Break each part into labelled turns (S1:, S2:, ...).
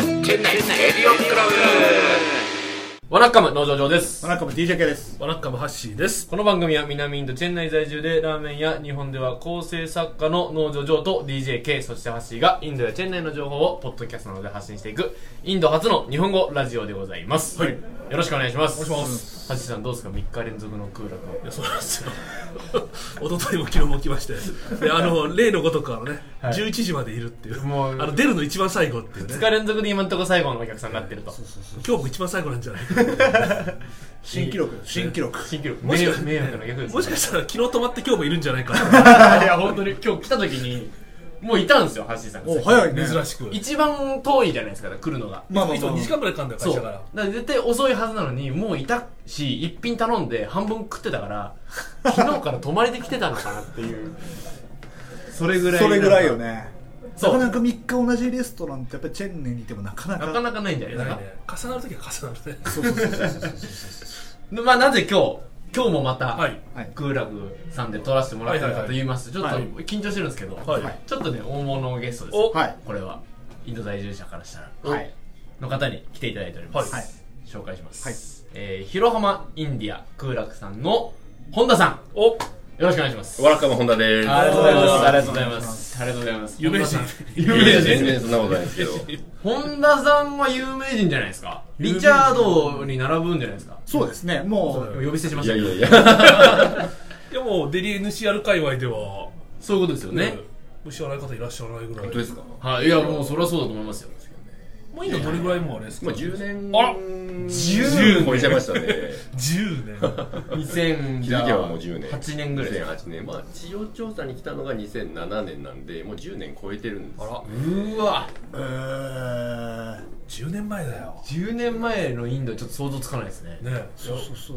S1: エリオンクラブ
S2: ワナッカム農場上です
S3: 田。中も DJK です。
S4: ワナッカムハッシーです。
S2: この番組は南インドチェン内在住でラーメンや日本では構成作家の農場上と DJK そしてハッシーがインドやチェン内の情報をポッドキャストなどで発信していくインド初の日本語ラジオでございます。
S4: はい
S2: よろしくお願いします。
S4: お願いします
S2: ハッシーさんどうですか ?3 日連続の空楽
S4: いや、そうなんですよ。一昨日も昨日も来まして。で、あの、例のごとくあのね、
S2: はい
S4: 11時までいるっていう。
S2: も
S4: あ
S2: う
S4: の、出るの一番最後っていう
S2: 2
S4: ね。
S2: 日連続で今んとこ最後のお客さんになってると。
S4: 今日も一番最後なんじゃないかな。
S3: 新記録、新記録。
S2: 新記録。
S4: も
S2: 迷
S4: しか
S2: 惑迷惑の逆です、ね。
S4: もしかしたら昨日泊まって今日もいるんじゃないか
S2: いや、本当に今日来た時に、もういたんですよ、ハッシーさんが
S3: お、早いね。
S4: な。珍しく。い
S2: 一番遠いじゃないですか、来るのが。
S3: まあまあ
S4: つも2時間くらいかかんだよ、
S2: そ
S4: 会
S2: う。
S4: 社
S2: だ
S4: か
S2: から
S4: ら。
S2: ら絶対遅いはずなのに、もういたし、一品頼んで半分食ってたから、昨日から泊まりで来てたのかなっていう。それぐらい。
S3: それぐらいよ。ね。な
S2: そう
S3: かなか3日同じレストランってやっぱりチェンネにいてもなかな
S2: な
S3: か。
S2: かなかないんじゃないです
S4: ない
S2: か。
S4: ね。重なるときは重なるね。
S3: そうそうそうそうそう。
S2: でまあ、なぜ今日、今日もまた、
S4: はい。
S3: はい。
S2: クーラグさんで撮らせてもらってるかと言いますと、
S3: はいはいはい
S2: ちょっと緊張してるんですけど、
S4: はい。
S3: はい
S2: ちょっとね、大物ゲストです。
S4: お
S3: はい。
S2: これは、インド在住者からしたら、
S3: はい。
S2: の方に来ていただいております。
S4: はい
S2: 紹介します。
S3: はい
S2: えー、広浜インディア空楽さんの本田さん。およろしくお願いします。
S1: わらかも本田です
S2: ありがとうございます。ありがとうござい
S3: お願
S2: ま。
S3: いします
S2: ありがとうございます。
S4: 有名人
S2: 有
S1: い
S2: 名
S1: や
S2: 人
S1: 全
S2: です。
S1: 然そんなことないですけど
S2: 本田さんは有名人じゃないですか。リチャードに並ぶんじゃないですか。
S3: そうですね。も
S2: で
S3: う、
S2: も呼び捨てしま
S1: い
S2: した
S1: や
S2: け
S1: い
S2: ど。
S1: やいや
S4: でも、デリー NCR 界隈では、
S2: そういうことですよね。
S4: うん。知らない方いらっしゃらないぐらい。
S1: 本当ですか
S2: はい。いや、もうそりゃそうだと思いますよ。
S4: もう今どれぐらいもうあれですか
S1: まあ10年
S4: あら
S1: 10超えちゃいましたね
S4: 10年。
S2: 2000
S1: 気
S2: じゃ
S1: づけばもう10年
S2: 8年ぐらいですか。
S1: 2008年まあ地上調査に来たのが2007年なんでもう10年超えてるんです
S4: あら
S2: うーわ。
S3: えー、
S4: 10年前だよ。
S2: 10年前のインドはちょっと想像つかないですね。
S4: ね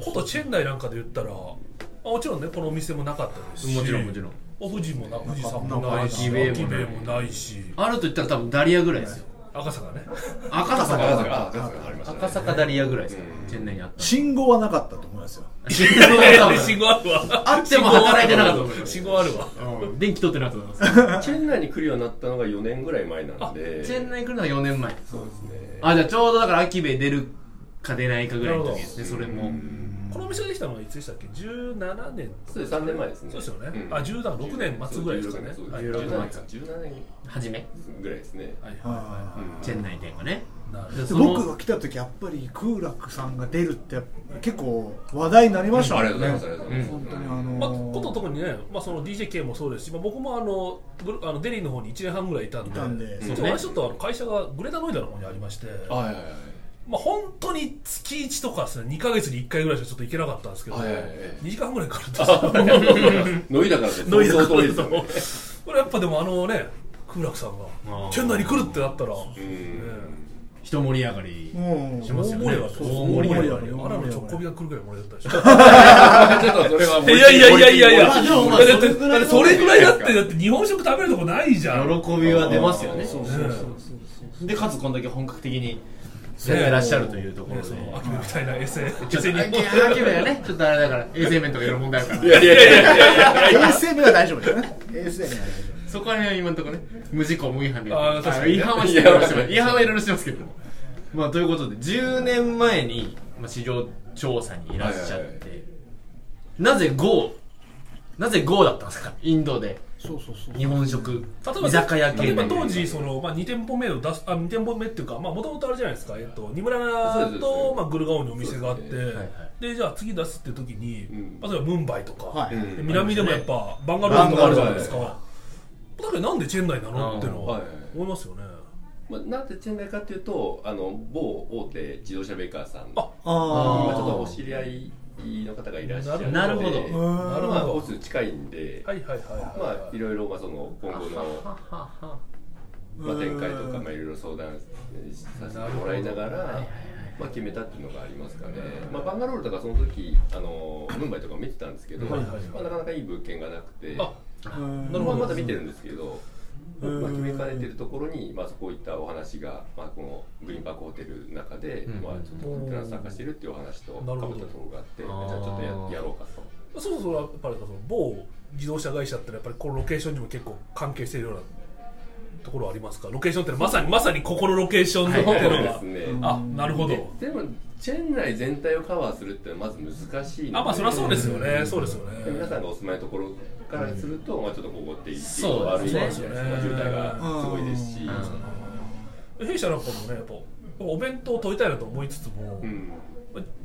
S4: ことチェン内なんかで言ったらあもちろんねこのお店もなかったですし
S2: もちろんもちろん。
S4: お富士もな富士山もないし
S2: アキベイもない
S4: アキベイもないし
S2: あると言ったら多分ダリアぐらいですよ。
S4: 赤坂ね
S2: 赤坂
S1: 赤
S2: 赤坂
S1: 坂赤坂ありましたね
S2: 赤坂ダリアぐらいですかチェン内にあった
S3: 信号はなかったと思いますよ。
S4: 信号あるわ
S2: あっても働いてなかったと思います
S4: 信号あるわ
S2: 電気取ってなかったと思います
S1: チェン内に来るようになったのが4年ぐらい前なんで
S2: チェン内来るのは4年前
S1: そうですね
S2: あじゃあちょうどだから秋部出るか出ないかぐらいの時ですねそれも
S4: このお店ができたのはいつでしたっけ17年
S1: そうです3年前ですね
S4: そうですよね
S1: ん
S4: あ10だ6年末ぐらいですかね
S1: そう
S4: はい
S1: 16年
S2: 16年
S1: か17年
S2: 初め
S1: ぐらいですね
S4: はいはい
S3: あー
S2: チェン内店はね
S4: なるほ
S2: で
S3: で
S2: その
S3: 僕が来た時やっぱり空楽さんが出るってやっぱ結構話題になりましたもんね、
S1: うんありがとうございますあり
S3: 本
S1: が
S4: ど
S3: 当にあのー
S1: とうございます
S4: まあ、こと特にね、まあ、その DJK もそうですし、まあ、僕もあのグルあのデリーの方に1年半ぐらいいたんで
S3: いたんで
S4: そっちの私ちょっとあの会社がグレタノイダの方にありまして
S1: はいはいはい
S4: まあ、本当に月1とかですね2か月に1回ぐらいしかちょっと行けなかったんですけど、
S1: はいはいはい
S4: 2時間ぐらいかかったんで
S1: ノイだからです
S4: すノイズ
S1: 相当遠いですすよね
S4: これやっぱでもあのね空楽さんが
S2: あー
S4: チェンナイに来るってなったら、
S1: うん
S2: 一盛り上がり
S3: うん
S2: しますよね
S4: 大盛り上がり
S2: そうそう大盛り上がり
S3: 大盛り上が
S4: あ
S3: り
S4: らの直行びが来るぐらい盛り上がったでしょ
S1: ちょっとそれはもう
S4: いやいやいやいやいや、
S2: まあでもまあ
S4: だって
S2: それぐらいの
S4: だってそれぐらいだって、だって日本食食べるとこないじゃん。ね
S2: 喜びは出ますよね
S3: そうそうそうそう
S2: でかつこんだけ本格的にやってらっしゃるというところで
S4: その秋みたいなエセ、エ
S2: ちょっ
S4: セ
S2: と
S4: 日本。
S2: 秋部はねちょっとあれだから衛生面とかいろいろ問題あるから
S1: いやいやいやいや
S3: 衛生面は大丈夫だよね衛生面は大丈
S2: そこら辺は今のところね、無事故、無違反で。
S4: あー確かに
S2: 違反はしてます。違反はいろいろしてますけども。まあ、ということで、10年前に、まあ、市場調査にいらっしゃっ
S1: はいはい
S2: て、なぜ GO、なぜ GO だったんですかインドで。
S3: 夫そうそうそう
S2: 日本食、
S4: 例えば
S2: 居酒屋系
S4: 例えば当時その、まあ、2店舗目を出すあ2店舗目っていうかもともとあれじゃないですか、えっと、二村
S1: そうですそうで
S4: と、
S1: す
S4: まあ、グルガオンにお店があって
S1: そう
S4: で,、
S1: ですね
S2: はいは
S4: じゃあ次出すって時に、
S1: うん
S4: まあ、例えばムンバイとか、
S3: はい、
S1: うん
S4: で南でもやっぱバンガロールとかあるじゃないですか
S1: バ
S4: だけどなんでチェンナイなのっていうの
S1: あ
S4: は
S1: ーはい
S4: 思いますよね
S1: まあ、なんでチェン内かっていうとあの某大手自動車メーカーさん
S4: あ
S2: あ
S1: 今
S2: ー
S1: ちょっとお知り合いの方がいらっしゃるので
S2: なるほど
S1: ま
S3: な
S4: るほど
S1: あボス近いんで、
S4: はいはいはい
S1: ま
S4: は
S1: あ
S4: い
S1: いろいろまあその今 後の
S2: はははは
S1: まあ展開とかまあいろいろ相談させてもらいながら。まあ決めたっていうのがありますかね。まあバンガロールとかその時あのムンバイとかも見てたんですけど、
S4: はいはいはい
S1: まあなかなかいい物件がなくて、
S4: あ
S3: うん
S4: なるほ
S1: まあ、
S4: ど
S1: まだ見てるんですけど、
S3: うん
S1: まあ、決めかねてるところに、まあ、そこういったお話が、まあ、このグリーンパークホテルの中で、
S2: うん
S1: まあ、ちょっとコンテナ参加してるっていうお話とか
S4: なるほど
S1: ぶったところがあって
S2: あ
S1: じ
S2: ー
S1: ゃあちょっとややろうかと。
S4: そろそろやっぱりその某自動車会社ってのはやっぱりこのロケーションにも結構関係しているようなところはありますかロケーションってのはまさにまさにここのロケーションのって
S1: そう
S4: いうの
S1: です
S4: が、
S1: ね、
S3: うん
S4: あなるほど
S1: ででもチェーン内全体をカバーするってのはまず難しいので
S4: あまあそりゃそうですよね、そうですよ
S1: で皆
S4: ね
S1: さんがお住まいのところからすると、まあ、ちょっとここって一気
S2: そう
S1: 悪
S2: で
S1: い
S2: す
S1: じゃ
S2: ね
S1: ないですか、渋滞がすごいですし、
S4: 弊社なんかもねやっぱお弁当を取りたいなと思いつつも、
S1: うん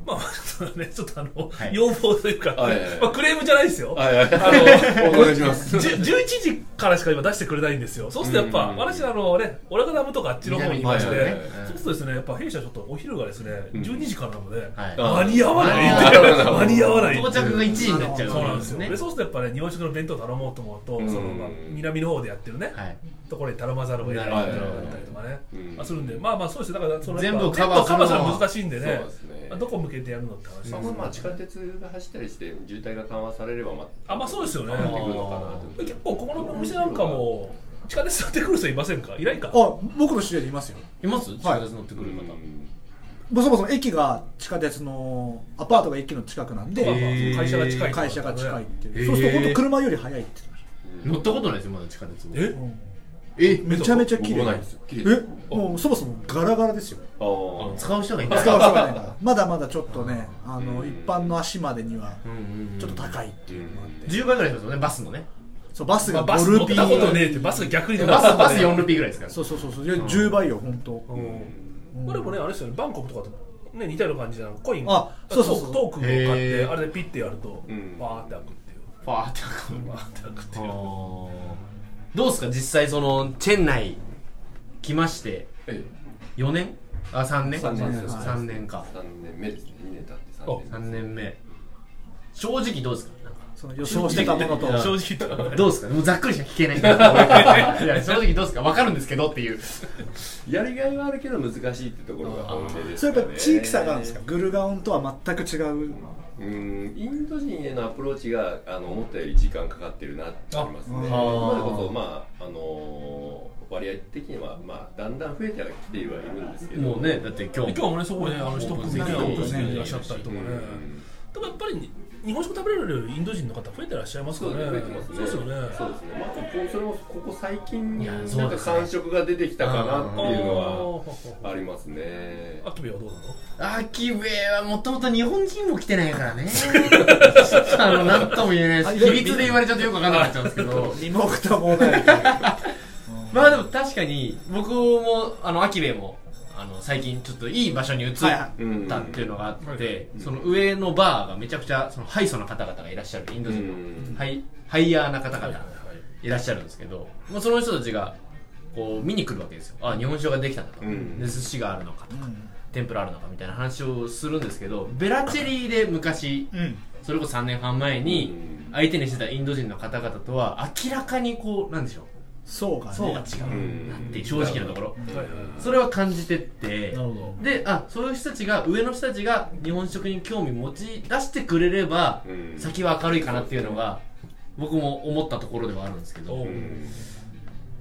S4: まあ、そうだね、ちょっとあの、
S2: はい
S4: 要望というか、
S1: はいはいはい
S4: まあ、クレームじゃないですよ。
S1: はいはい
S4: あの
S1: お願いします
S4: じゅ11時からしか今出してくれないんですよ。そうするとやっぱ、
S1: うん
S4: 私あのね、オラガダムとかあっちの方にいまして、
S1: 南の方ね
S4: そうするとですね、やっぱ弊社ちょっとお昼がですね、
S1: うん
S4: 12時からなので、
S2: はい
S1: あ
S4: 間に合わない
S2: あ
S1: ー
S4: 間に合わない。
S2: 到着が1時になっちゃう
S4: そう
S2: わ
S4: な
S2: け
S4: んですよ。で、そうするとやっぱね、日本食の弁当頼もうと思うと、
S1: うん
S4: そのまあ南の方でやってるね、
S2: はい
S4: ところに頼まざるを得ないみたいなのがあったりとかね、
S1: うん
S4: まあするんで、まあまあそうですね、だからその
S2: 全部カバーす
S4: 全部カ
S2: るのは
S4: バーするの難しいんでね
S1: そうですね
S4: どこ向けてやるのって話です
S1: ま
S4: よ
S1: あ
S4: ね
S1: まあまあ地下鉄が走ったりして渋滞が緩和されればま
S4: あまあそうですよね
S1: 上がってくるのかなと思って
S4: 結構ここのお店なんかも地下鉄乗ってくる人いませんかいないか
S3: あ僕の知り合いでいますよ
S2: います地下鉄乗ってく
S1: う
S2: る
S1: ん
S2: 方
S3: もうそもそも駅が地下鉄のアパートが駅の近くなんで、
S4: まあまあ
S2: へー
S4: 会社が近い
S3: 会社が近いっていう、
S2: へー
S3: そうすると本当車より早いって言ってまし
S2: 乗ったことないですよまだ地下鉄
S4: え
S2: ええ
S3: ためちゃめちゃ綺
S1: 僕もな
S3: 麗
S1: いんですよ綺麗です
S3: えもうそもそもガラガラですよ
S1: あー
S2: 使う人がいな
S3: 使
S2: いう
S3: 人がないからまだまだちょっとねあ
S1: う
S3: の
S1: ん
S3: 一般の足までには
S2: うんうんうん
S3: ちょっと高いっていうのもあって
S2: 10倍ぐらいしますよねバスのね
S3: そうバス
S4: まあ
S3: が
S4: バス
S3: 5ル
S4: 乗
S3: ー
S4: っ
S3: ピ
S4: たこと
S3: ー
S4: ねえってバスが逆に乗
S2: バスバス
S4: ね
S2: 4ルピーぐらいですから
S3: そうそうそうそういや10倍よ本当
S4: うんまあでもねあれですよねバンコクとかとね似たような感じじゃんコイン
S3: あそうそうそう
S4: トークンを買っ
S2: へ
S4: て
S2: ー
S4: あれでピッてやると
S1: うん
S4: バーって開くっていう
S2: ファーって開く
S4: バーって開くって
S2: あ
S4: いう
S2: ーどうですか実際そのチェン内来まして
S1: え
S2: 4年あ3
S1: え
S2: 年
S1: 3年です
S3: はい
S2: 3年か
S1: 3年目ですね2年経って3
S2: 3
S1: 年
S2: 年目正直どうですかなんか
S3: その予想してたものと
S2: うん
S4: 正直言ったら
S2: どうですかもうざっくりしか聞 けないんでいや正直どうですかわかるんですけどっていう
S1: やりがいはあるけど難しいってところが本音です
S3: そ
S1: か
S3: れ
S1: ね
S3: やっぱ地域差があるんですかグルガオンとは全く違う
S1: うんインド人へのアプローチがあの思ったより時間かかってるなって思いますね。
S3: あ
S1: 今で
S3: ー
S1: こそ、まああのー割合的には、まあ、だんだん増えてはきてはいるんですけど
S2: もうねだって今日
S4: 今日もねそこでねあの一組ね
S2: オープン戦
S4: いらっしゃったりとかね
S1: うん
S4: でもやっぱり日本食食べられるインド人の方増えてらっしゃいますか
S1: そう
S4: ら
S1: で
S4: ね
S1: すね増えてますね。
S4: そうですよね
S1: そうですね。まあ、ここそれもここ最近
S2: い
S1: に
S2: や
S1: なん
S2: そう
S1: か
S2: ですね
S1: 感触が出てきたかなっていうの
S4: あ
S1: はありますね
S4: ー。あきべはどうなの
S2: アキベはもともと日本人も来てないから ねちょっとあの何とも言えないし秘密で言われちゃうとよくわかんなくなっちゃうんですけど
S3: 身も蓋もない
S2: まあでも確かに僕もあのアキベもあの最近ちょっといい場所に移っ
S3: はいは
S2: た
S1: いうん
S2: っていうのがあって、
S1: い
S2: その上のバーがめちゃくちゃそのハイソな方々がいらっしゃるインド人の、
S1: うん
S2: ハイハイヤーな方
S4: はい
S2: 々
S4: はい
S2: いらっしゃるんですけど、まあ、その人たちがこう見に来るわけですよあ日本酒ができたんだと、
S1: うん
S2: で寿司があるのかとか、天ぷらあるのかみたいな話をするんですけどベラチェリーで昔
S3: うん
S2: それこそ3年半前に
S1: うん
S2: 相手にしてたインド人の方々とは明らかにこうなんでしょ
S3: そうか
S2: う
S3: ね
S2: 層が違うなって正直なところ
S4: はいはいはい
S2: それは感じてって
S4: なるほど
S2: であそういう人たちが上の人たちが日本食に興味持ち出してくれれば
S1: うん
S2: 先は明るいかなっていうのが僕も思ったところではあるんですけ
S4: お
S2: ど
S4: う
S1: うん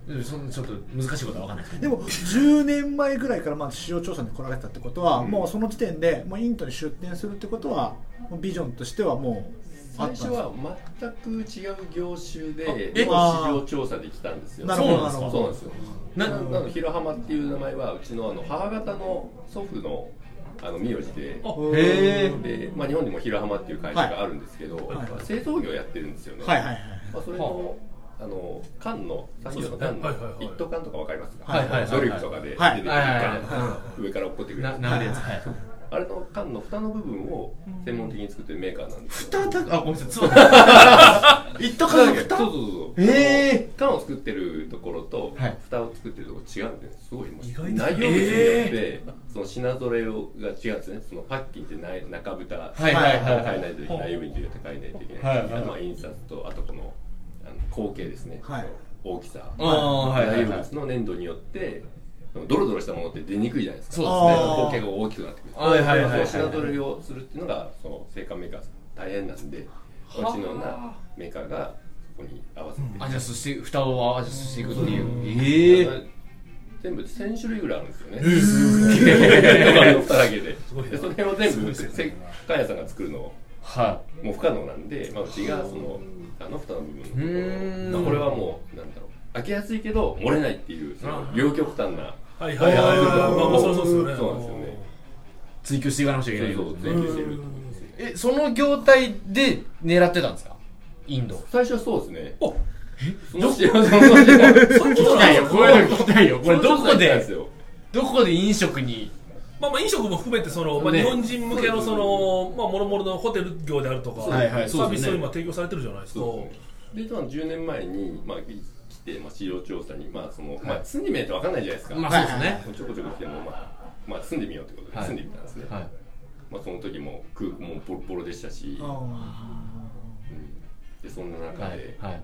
S2: うんそんちょっと難しいことは分かんないですけど
S3: でも10年前ぐらいからまあ市場調査に来られたってことは、
S1: うん
S3: もうその時点でもうインドに出店するってことはもうビジョンとしてはもうあった
S1: 最
S3: んです
S1: 初は全く違う業種で
S2: え
S1: 市場調査で来たんですよ。
S3: なるほど
S2: そうな
S3: な
S2: ですか
S3: んるほど
S1: そうなんですよ。
S2: な
S1: ななの広浜っていう名前はうちのあの母方の祖父のあの名字で。
S4: あ
S2: へー
S1: でまあ、日本にも広浜っていう会社があるんですけど、
S3: はい
S1: まあ製造業やってるんですよね、
S3: はいはいはい
S1: まあ、それのあの缶の産業の缶の
S4: そうですねはいはいはい
S1: 一斗缶とかわかりますか、
S2: はいはいはいはい
S1: ドリルとかで出てくる
S3: はい
S1: 缶、
S2: はいはいは
S1: 上から落っこってくる
S2: ななるやつはい
S1: あれの缶の蓋の部分を専門的に作ってるメーカーなんですよ
S2: 蓋だあごめんなさいそう だ一斗缶の蓋
S1: そうそうそうそう
S2: え
S1: 缶を作ってるところと、
S2: はい
S1: 蓋を作ってるところ違うんですすごいもう
S4: 意外と
S1: 内容物によって、その品ぞれをが違うんですねそのパッキンって内中蓋はい
S2: はいはいはい
S1: 変えないといけない内容物変えないといけない、
S2: はいはい
S1: まあ、印刷とあとこのあの口径ですね、
S3: はい
S1: 大きさ
S2: ああはいはいはい
S1: 内容物の粘土によってドロドロしたものって出にくいじゃないですか
S2: そう
S3: ですね
S1: 口径が大きくなってくる
S2: はいはいはいはいはい
S1: その品ぞれをするっていうのがその製菓メーカーさん大変なんでうちのようなメーカーがここに合わせて
S2: あじゃあそして蓋を合わせていくっていう
S1: あの全部で1000種類ぐらいあるんですよね。蓋だけで。で、その辺を全部、せパン屋さんが作るのも
S2: は
S1: う不可能なんで、まあ、うちがその、あの蓋の部分のとこ
S2: うーん
S1: ろをまあこれはもう、なんだろう、開けやすいけど、漏れないっていうその両極端な
S4: はいはいはい
S1: はい
S4: まあまあそりゃそうですよね
S1: そうなんですよね
S2: 追求していかなくちゃいけない
S1: そうそう追求してる
S2: えその業態で狙ってたんですかインド
S1: 最初はそうですね
S4: お
S1: その幸せその幸せ
S4: そういうこと
S2: 来
S4: な
S2: た
S4: ん
S2: い
S4: で
S2: よ
S4: す
S2: こういうの来たいよこれどこ
S1: なん
S2: です
S1: よ
S2: どこで飲食に
S4: まあまあ飲食も含めてその、まあ、
S2: ね
S4: 日本人向けのその、まあ、もろもろのホテル業であるとか、
S2: はいはい
S4: サービス
S2: そうです
S4: を
S2: ね
S4: 今提供されてるじゃないですか。
S1: そうで、まあ、10年前に、まあ、来て、まあ、資料調査に、まあそのまあ、住んでみないと分かんないじゃないですか、
S2: まあそうですね
S1: ちょこちょこ来ても、まあまあ、住んでみようということで、
S2: はい
S1: 住んでみたんですね、
S2: はい
S1: まあ、その時も空港もボロボロでしたし、
S3: あ
S1: でそんな中で,、
S2: はい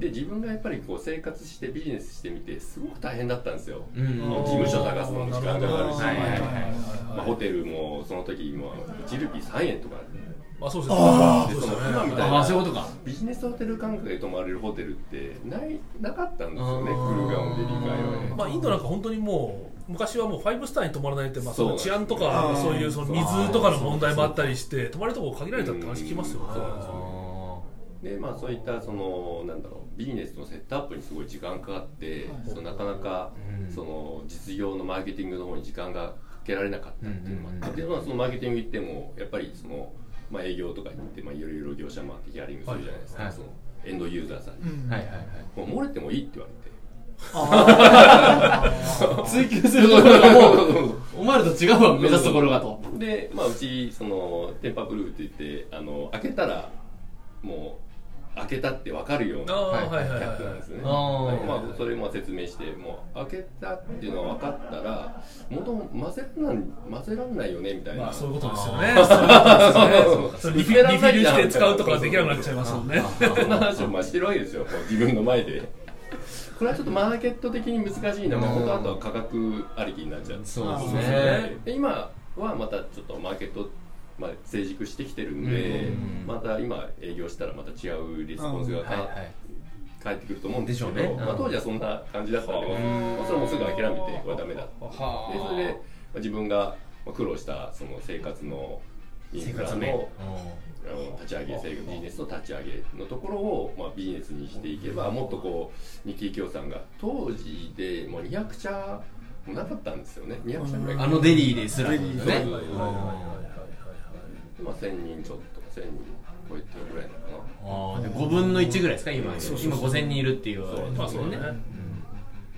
S1: で自分がやっぱりこう生活してビジネスしてみてすごく大変だったんですよ、
S2: うん
S1: 事務所探すのも時間
S3: ー
S1: かかるし、
S2: はいはいはい
S1: まあ、ホテルもその時今1ルピー3円とか
S4: まあそうですね。あ
S1: で
S4: そう
S1: そ
S4: ですね。
S1: の今みたい
S2: あ
S1: な
S2: あそういうことか
S1: ビジネスホテル感覚で泊まれるホテルってないなかったんですよね
S2: あ
S1: ク
S2: ー
S1: ルーガオンデリー界はね
S4: まあインドなんか本当にもう昔はもうファイブスターに泊まらないってまあその治安と
S3: そう
S4: か
S3: ですね
S4: そういうその水とかの問題もあったりして泊まれるとこ限られたって話聞きますよね
S1: うん。そうなんですよ
S2: あ
S1: でまあそういったそのなんだろうビジネスのセットアップにすごい時間かかって、そのなかなか、
S2: うん
S1: その実業のマーケティングの方に時間がかけられなかったっていうのもあって、
S2: うん
S1: でまあそのマーケティング行ってもやっぱりそのまあ営業とか行ってまあいろいろ業者回ってヒアリングするじゃないですか、
S2: はい
S1: そのエンドユーザーさんに、
S2: ー
S3: ー
S2: はいはいはい
S1: もう漏れてもいいって言われて。
S2: 追求するところがもうお前らと違うわ目指すところがと
S1: で、まあ、うちそのテンパブルーって言ってあの開けたらもう開けたって分かるよう
S4: あ
S1: な
S4: あ
S2: はい
S4: はいはい
S1: キャ
S4: は
S1: ップなんです
S4: い。
S1: ね、
S2: あー
S1: まあ、それも説明してもう開けたっていうのは分かったら元も混ぜらん混ぜらんないよねみたいな、
S4: まあそういうこ
S1: こ
S4: とですよね。そういうことですよね。そうリフィリフィルして使うとかできなくなっちゃいますもんね。
S1: そんな話をまあしてるわけですよこう自分の前でこれはちょっとマーケット的に難しいな、まあ、
S2: うん
S1: 本当あとは価格ありきになっちゃう
S2: そうです
S1: で
S2: ね
S1: すねで今はまたちょっとマーケット、まあ、成熟してきてるんで、
S2: うん
S1: また今営業したらまた違うリスポンスが
S2: はいは
S1: か
S2: い
S1: 返ってくると思うんですけど、
S2: でしょうねうん
S1: まあ、当時はそんな感じだったんで、まあ、それはもうすぐ諦めてこれはダメだって
S2: は
S1: でそれで、まあ、自分がまあ苦労したその生活のインフラのあの立ち上げ制御ビジネスの立ち上げのところを、まあ、ビジネスにしていけばもっとこう日経協さんが当時でもう200社もなかったんですよね200社ぐらい
S2: あのデリーですら
S3: デリー
S1: そうそう
S2: ね
S1: そう
S2: あ
S1: まあ、1000人ちょっとか1000人超えてるぐらいなのかな
S2: ーで5分の1ぐらいですか今今5000人いるっていう
S4: まあそうね。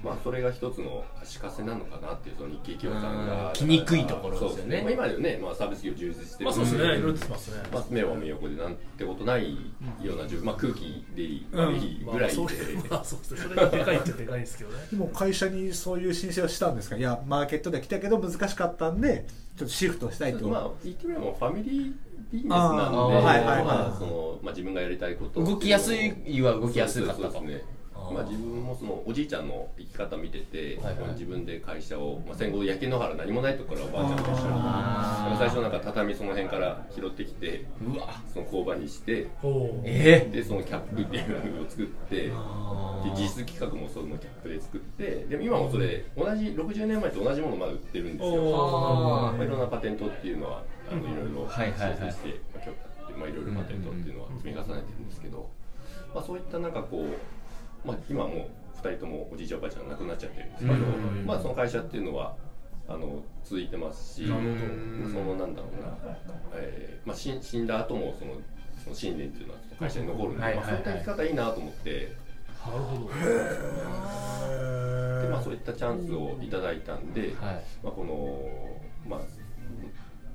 S1: まあそれが一つの足かせなのかなっていうその日経企業さん
S2: うん
S1: が
S2: 来にくいところですよね
S1: そうまあ、今でね、まあ、サービス業充実してる
S4: まあそうですね。いろいろ出てますね。
S1: まあ、目は目横でなんてことないような自分、まあ、空気でいい、悪い
S4: まあ
S1: ぐらいで、
S4: それはそうですね。それがでかいってでかいんですけどね。
S3: でも会社にそういう申請をしたんですかいやマーケットで来たけど難しかったんでちょっとシフトしたいと、
S1: まあ言ってみればファミリービジネスなんで
S3: あー
S2: はいはいはい
S1: まあそのまあ、自分がやりたいこと
S2: 動きやすいは動きやすかったと
S1: そうですね
S2: あー
S1: まあ、自分もそのおじいちゃんの生き方見てて、
S2: はいはい
S1: 自分で会社を、まあ、戦後焼け野原何もないところからおばあちゃんと一緒に
S2: あー
S1: だから最初なんか畳その辺から拾ってきて
S2: うわ
S1: その工場にして
S4: ほう。
S2: ええ
S1: でそのキャップっていうのを作ってで
S2: あ
S1: 実質企画もそのキャップで作ってでも今もそれ同じ60年前と同じものまだ売ってるんですよ
S2: あ
S1: まあ、いろんなパテントっていうのはあのいろいろ
S2: はいはいはい
S1: 申請して、まあ、許可ってまあいろいろパテントっていうのは積み重ねてるんですけど、まあ、そういったなんかこう、まあ、今はもう2人ともおじいちゃんおばあちゃん亡くなっちゃってるんですけど、
S2: うん
S1: まあ、その会社っていうのはあの続いてますし、
S2: ん
S1: そのなんだろうな、えーまあ、死ん死んだ後もそのその信念っていうのは会社に残るんで、
S2: はいはいはい
S1: まあ、そういった生き方いいなと思って。
S4: なるほど。
S1: でまあ、そういったチャンスをいただいたんで、
S2: はい
S1: まあ、この、まあ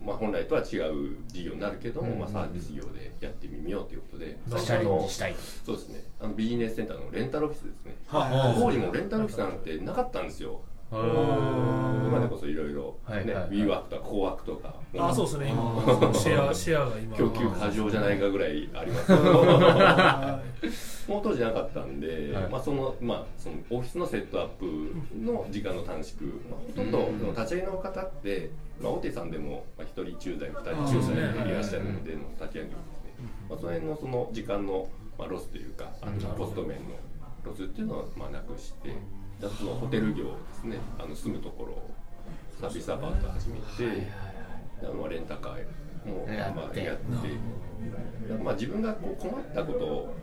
S1: まあ、本来とは違う事業になるけども、
S2: うんうん
S1: まあ、サービス業でやってみようということで、
S2: チャレンジしたい
S1: そうですねあのビジネスセンターのレンタルオフィスですね、
S3: はい
S2: あ
S1: 当時もレンタルオフィスなんてなかったんですよ、今でこそいろいろ、ね
S2: はいはいはい
S1: WeWork とか CoWork とか、
S4: あそうですね。今シェアシェアが今。
S1: 供給過剰じゃないかぐらいありますけど。もう当時なかったんで、
S2: はい
S1: まあそのまあそのオフィスのセットアップの時間の短縮、まあ、ほとんどその立ち上げの方って、まあ大手さんでもまあ一人駐在二人駐在いらっしゃるのでの立ち上げですね。まあその辺のその時間のまあロスというか、あのコスト面のロスっていうのをまあなくして、あとそのホテル業ですね、あの住むところをサービスアパート始めて、あのレンタカーも
S2: やって
S1: まあやって。まあ、自分がこう困ったことを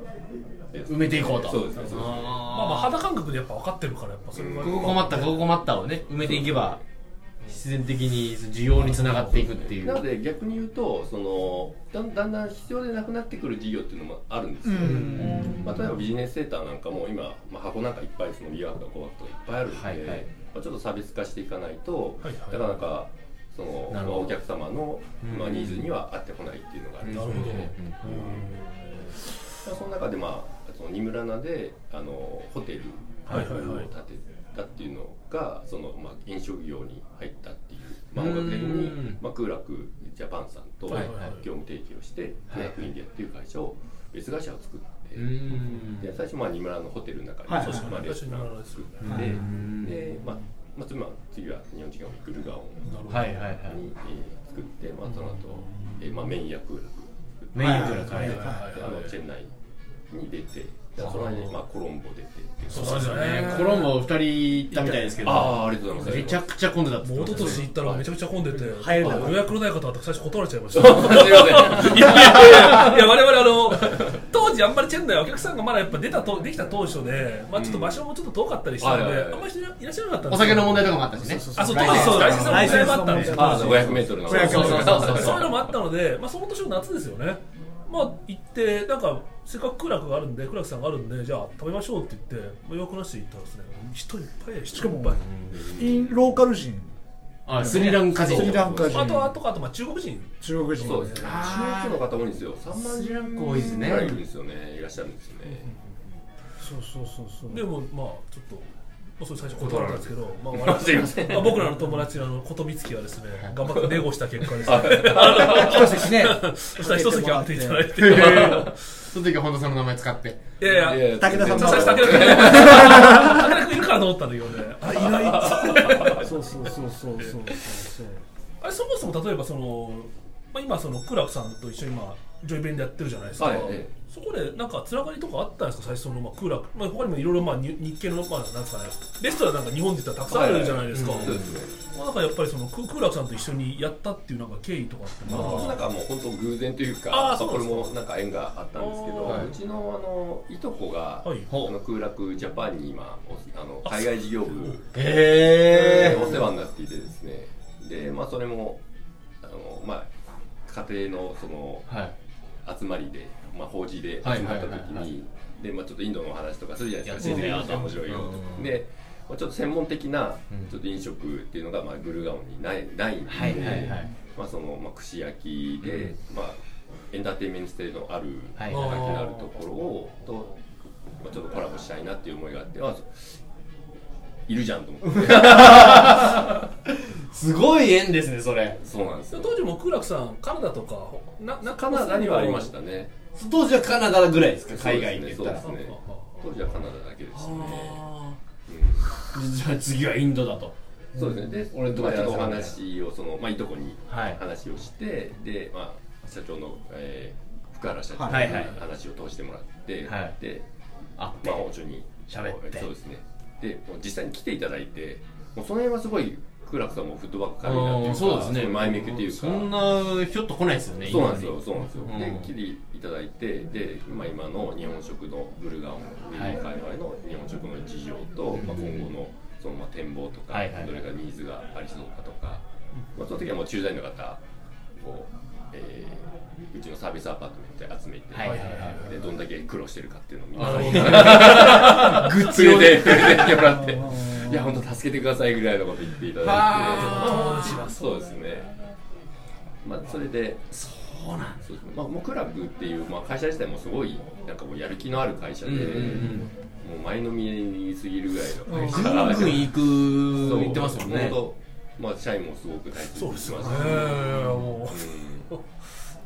S2: 埋めていこうと
S1: そうですねそうですね
S4: まあまあ
S2: あ
S4: 肌感覚でやっぱ分かってるからやっぱそれ
S2: ー
S4: は、
S2: ここ困ったここ困ったをね埋めていけば必然的に需要につながっていくっていう
S1: なので逆に言うとそのだんだんだん必要でなくなってくる事業っていうのもあるんですよ、まあ、例えばビジネスセーターなんかも今、まあ、箱なんかいっぱいそのリアクとかコバクトがいっぱいあるんで、
S2: はいはい
S1: まあ、ちょっと差別化していかないと、
S4: はいはい
S1: なかなかその
S2: なる
S1: ま
S2: ほど
S1: あお客様の、まあ、
S2: うん
S1: ニーズには合ってこないっていうのがあるんです
S4: な
S1: よ
S4: るほど、
S1: まあその中でまあそのニムラナであのホテルを
S4: はいはいはい
S1: 建てたっていうのがそのまあ飲食業に入ったっていうまあ音楽的
S2: うん
S1: にまあ空楽ジャパンさんと
S4: はいはいはい
S1: 業務提携をして
S2: はい
S1: 空楽インディアっていう会社を別会社を作って
S2: うーん
S1: で最初まあニムラナのホテルの中に
S3: はい
S1: 組織まあレストランを作って
S2: うん
S1: でまあまあ次は次は日本人がグルガオン
S2: はいはいはい
S1: にえー作ってまあその後えーまあメインや空楽作って
S2: メイン
S3: はい
S2: いくらか
S3: はい
S2: ね
S3: は
S1: であのチェンナイに出て、で
S2: あー
S1: その間にまあコロンボ出てっていう
S4: そう
S2: そうですよねコロンボ二人行ったみたいですけど
S1: ああ、ありがとうございます。
S2: めちゃ
S1: く
S2: くちゃ混んでたっ
S4: もう一昨年行ったらめちゃくちゃ混んでて、
S3: 入れない
S4: 予約のない方だって最初断られちゃいまし
S1: す
S4: た
S1: いません。
S4: いやいやいや我々あの当時あんまりチェン内お客さんがまだやっぱ出たとできた当初で、まあ、ちょっと場所もちょっと遠かったりしたの
S1: う
S4: で、
S1: んはいはいはい
S4: あんまりいらっしゃらなかったん
S2: お
S4: です
S2: 酒
S4: よ
S2: の問題とかもあったしね
S4: あそう当時そうライセンスの問題もあったんですよ
S1: あー、500メートルの。
S3: 500
S2: そうそうそうそう
S4: そういうのもあったので、まあ、その年の夏ですよね、まあ、行って、なんか、せっかく苦楽があるんで、苦楽さんがあるんで、じゃあ食べましょうって言って、まあ、よくなしで行ったらですね、人いっぱいで、人
S3: しか
S4: い
S3: も
S4: っぱい。
S3: インローカル人
S2: あスリランカ人
S3: スリランカ
S4: あと、あ
S3: 人
S4: と、あと、まあ、中国人。
S3: 中国人
S1: そうですね。中国の方多いんですよ。3万人
S2: 多いです
S1: ぐ
S2: ね
S1: らいいるんですよね。いらっしゃるんですよね。
S3: そうそうそうそう
S4: でも、まあ、ちょっと、まあ、それ最初断られたんですけど、まあ、
S1: すいません
S4: まあ、僕らの友達のあのことみつきはですね、頑張ってネゴした結果ですね、
S3: 一 席ね
S4: そしたら一席あっていただいて、
S2: その時は本田さんの名前使って
S4: いやいや、
S1: いや
S3: 武田さん
S4: さ
S3: も
S4: さ武田君、武田君いるかなと思ったんだけどね、あ、いない
S3: そうそうそうそうそうそう
S4: あれそもそも例えばその、まあ、今そのクラクさんと一緒に今ジョイベンでやってるじゃないですか、
S1: はいええ
S4: そこでなんかつながりとかあったんですか最初そのまあクラク、まあ、他にもいろいろまあに日系のまあなんですかねレストランなんか日本で言ったらたくさんあるじゃないですか、
S1: はいそうですね。
S4: まあ、なんかやっぱりそのククラクさんと一緒にやったっていうなんか経緯とかってなんか
S1: なんかもう本当偶然というか、
S4: あー
S1: まあ
S4: そう
S1: こ
S4: な
S1: れ
S4: んです
S1: もなんか縁があったんですけど、
S2: あー
S1: うちのあのいとこが、
S4: はい
S1: あの空楽ジャパンに今おあの海外事業部
S2: へ
S1: お世話になっていてですね。で、まあそれもあのまあ家庭のその
S2: えはい
S1: 集まりで、まあ、法事で集ま
S2: はい
S1: った
S2: はい
S1: 時
S2: はいはい
S1: にでまあちょっとインドのお話とかするじゃないですか
S2: いやそ
S1: 自然
S2: う
S1: と
S2: ね
S1: か面白いよとか
S2: うん
S1: で、まあ、ちょっと専門的な
S2: うん
S1: ちょっと飲食っていうのが、まあ、グルガオンにないないんで、
S2: はいはいはい
S1: まあ、その、まあ、串焼きで、まあ、エンターテインメント性のある
S2: は
S1: はいきのあるところをと、まあ、ちょっとコラボしたいなっていう思いがあって、まあ、いるじゃんと思って
S2: すごい縁ですねそれ
S1: そうなんですよ
S4: 当時もクラクさんカナダとかなな
S1: カナダにはありましたね
S2: 当時はカナダぐらいですか海外って言
S1: そ
S2: っ
S1: う
S2: た
S1: で
S2: ら
S1: すね当時はカナダだけでしたね
S2: じゃあ次はインドだと
S1: そうですね。で、
S2: 俺
S1: 俺
S2: のと
S1: と
S2: こ
S1: か
S2: やらせてもらえ
S1: お話をそのまあいとこに
S2: はい
S1: 話をして、でまあ社長の、えー、福原社長に
S2: はいはい
S1: 話を通してもらって、
S2: はい
S1: で
S2: あ
S1: まあ本当に
S2: 喋って
S1: そうですね。でもう実際に来ていただいて、もうその辺はすごいクラクさんもフットバック軽いなっていうか、
S2: そうですね
S1: 前向きというか。
S2: そんなひょっと来ないですよね
S1: そうなんですよ、そうなんですよ。
S2: うん
S1: で、切りいただいて、で、今今の日本食のブルガオン、日
S2: はい
S1: 本界隈の日本食の事情と、まあ今後のそのまあ展望とか、
S2: はいはい
S1: どれがニーズがありそうかとか、まあその時はもう駐在の方を、えーうちのサービスアパートメントで集めて、
S2: はいはいはいは
S1: でどんだけ苦労してるかっていうのをみん
S2: あ
S1: な連
S2: グッズ用
S1: れ
S2: で
S1: て連れてきてもらって、いや本当助けてくださいぐらいのこと言っていただ
S2: あ
S1: いて、そうですね。まあそれで。
S2: そうなん
S1: そうですねまあ、もうクラブっていう、まあ、会社自体もすごいなんかもうやる気のある会社で、
S2: うんうん
S1: もう前のめりにすぎるぐらいの会社
S2: 軍軍行
S1: そう
S2: く言ってますもんね
S1: 本当まあ、社員もすごく大切
S4: そう
S1: に
S4: で
S1: し
S4: す
S1: て
S4: よ
S1: ま
S4: ね
S1: し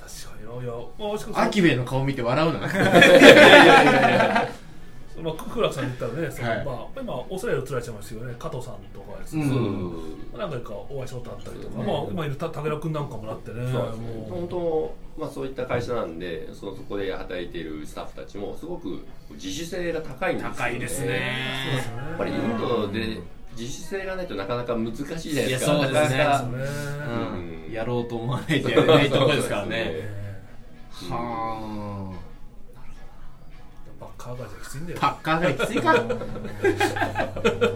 S1: たし、
S4: もう確かにいやいや、まあ、もしかしたら
S2: アキベイの顔見て笑う な
S4: まあ、ククラさんに言ったらね、その
S2: はい
S4: まあ、今、オーストラリアで釣られちゃいますよね、加藤さんとかですね、
S2: うん
S4: 何回かお会いしたことあったりとか、まあ、今いるた武田君なんかもなってね、
S1: そうなんですね
S4: も
S1: 本当、まあ、そういった会社なんでそそこで働いているスタッフたちもすごく自主性が高いんですよ、ね、
S2: 高いですね
S1: やっぱりインドで自主性がないとなかなか難しいじゃないですか
S2: いやそうですね
S1: なかなか
S4: うね、
S2: う
S1: うんん
S2: やろうと思わないとやれないところですから
S1: そうそうそう
S2: ね
S1: そう
S5: は
S4: バッカーガーじゃきついんだ
S5: あパッカー
S4: よ。
S5: がきついか
S4: き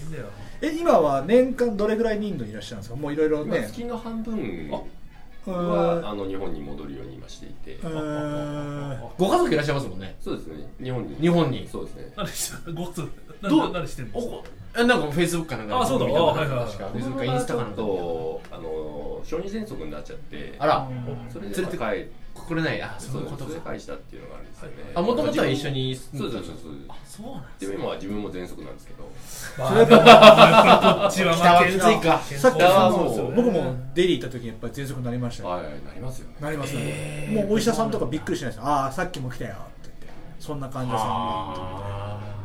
S4: ついんだよ。
S3: え今は年間どれぐらい人度いらっしゃるんですかもういろいろ
S1: まあ
S3: ね
S1: 月の半分
S3: うーん
S1: はあの日本に戻るように今していて
S3: うーん
S2: ご家族いらっしゃいますもんね
S1: そうですね日本に
S2: 日本に
S1: そうですね
S4: 何してんのごつ
S2: どう
S4: 何何してん
S2: お
S4: の
S2: こえなんかフェイスブックかなんかで
S4: あそうだ
S2: 見たことある
S4: あはいはい
S2: 確か
S4: はい
S2: フェイスブックかインスタかなん
S1: ち
S2: か
S1: ょっとあの小児喘息になっちゃって
S2: あら
S1: それ
S2: 連
S1: で
S2: れて
S1: 帰る
S2: これないあそ
S1: そう
S2: い
S1: うで
S2: うこと
S1: す連れて
S2: か
S1: 帰したっていうのがあるんですよね
S2: あもともとは一緒に
S1: そうそうそうそう
S2: そうなん
S1: でも今は自分も喘息なんですけど
S4: まあでもやっぱこっちは
S2: 北は
S4: 負け
S2: きつ
S4: る
S2: いか
S3: さっき
S2: は
S3: も
S2: そう
S3: う僕もデリー行った時にやっぱり喘息になりましたよ
S1: はいなりますよね
S3: なりますねもうお医者さんとかびっくりしないですああさっきも来たよって言ってそんな患者さ
S2: あ
S3: ん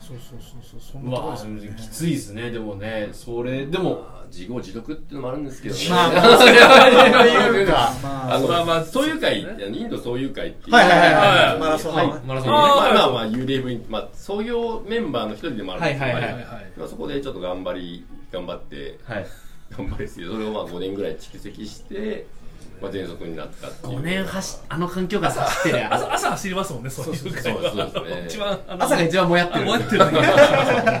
S3: そうそうそうそうそ
S2: ー
S3: ん
S2: う
S3: なとこ
S2: わ
S3: ですよね
S2: ーきついですねでもねそれでも
S1: まあ自業自得っていうのもあるんですけどね
S3: まあま
S2: それは言うか
S3: ま
S1: あ
S3: あ
S1: の
S4: まあまあ
S1: そういう会、インドそういう会っていう、
S3: はいはいはいはい
S1: はい
S3: マラソンの
S1: はい
S2: マラソン
S1: ま
S2: のね
S1: あまあまあ幽霊部員、まあ、創業メンバーの一人でもあるんですけど、
S2: はいはい
S4: はいはい。
S1: まあそこでちょっと頑張り頑張って
S2: はい
S1: 頑張りすぎてそれをまあ5年ぐらい蓄積して、まあ、喘息になったっていう
S2: 5年走っあの環境が走ってりゃ
S4: 朝朝走りますもんね、そういう会話。
S1: そうですね
S4: 一番あの
S2: 朝が一番もやって
S4: あ
S2: る
S4: 燃えてる時に